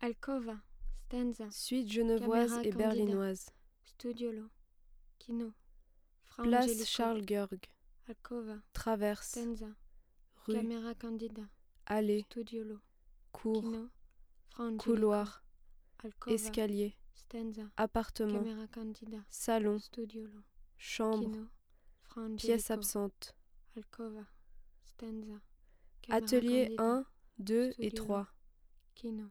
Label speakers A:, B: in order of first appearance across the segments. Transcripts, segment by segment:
A: Alcova, Stanza,
B: Suite genevoise
A: Caméra
B: et
A: Candida.
B: berlinoise.
A: Studiolo, Kino, Fra
B: Place
A: Angelico,
B: Charles Görg.
A: Alcova,
B: Traverse.
A: Stanza,
B: Rue.
A: Camera Candida,
B: Allée.
A: Studiolo,
B: Cour.
A: Kino, Fra Angelico,
B: Couloir.
A: Alcova,
B: Escalier.
A: Stanza,
B: Appartement.
A: Camera Candida,
B: Salon.
A: Studiolo,
B: Chambre.
A: Kino, Fra Angelico,
B: Pièce absente.
A: Alcova, Stanza, Camera
B: Atelier
A: Candida,
B: 1, 2 et
A: Studio.
B: 3.
A: Kino,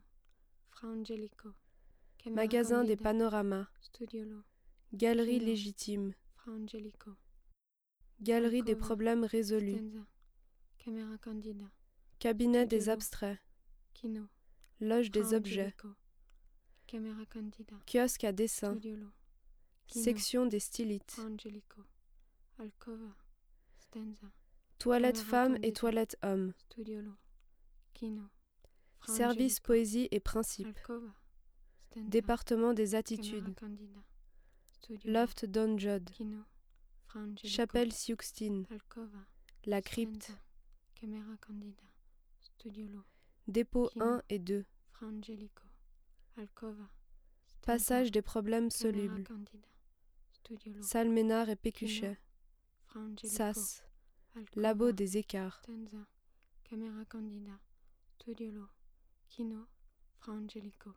A: Fra Angelico, Camera
B: Magasin des
A: Candida,
B: panoramas.
A: Studiolo,
B: Galerie
A: Kino.
B: légitime.
A: Fra Angelico,
B: Galerie des
A: Alcôve.
B: problèmes résolus.
A: Stanza, Camera Candida,
B: Cabinet des
A: Studio.
B: abstraits.
A: Kino,
B: Loge
A: Fra
B: des objets.
A: Angelico, Camera Candida,
B: Kiosque à dessin.
A: Studiolo, Kino,
B: Section des
A: Fra
B: stylites.
A: Angelico, Alcova, Stanza,
B: Toilette
A: Caméra
B: femme et
A: Candida.
B: toilette homme.
A: Studiolo, Kino, Fra
B: Service
A: Angelico,
B: poésie et principes.
A: Alcova, Stanza,
B: Département des
A: Camera
B: attitudes.
A: Candida, Studiolo,
B: Loft Don Judd.
A: Kino, Fra Angelico,
B: Chapelle Siouxtine.
A: Alcova,
B: La crypte.
A: Stanza, Camera Candida, Studiolo,
B: Dépôt
A: Kino.
B: 1 et 2.
A: Fra Angelico, Alcova, Stanza,
B: Passage des problèmes
A: Camera
B: solubles.
A: Candida, Studiolo,
B: Salménard et Pécuchet.
A: Fra Angelico,
B: Sas.
A: Alcova,
B: Labo des écarts.
A: Stanza, Camera Candida, Studiolo, Kino, Fra Angelico,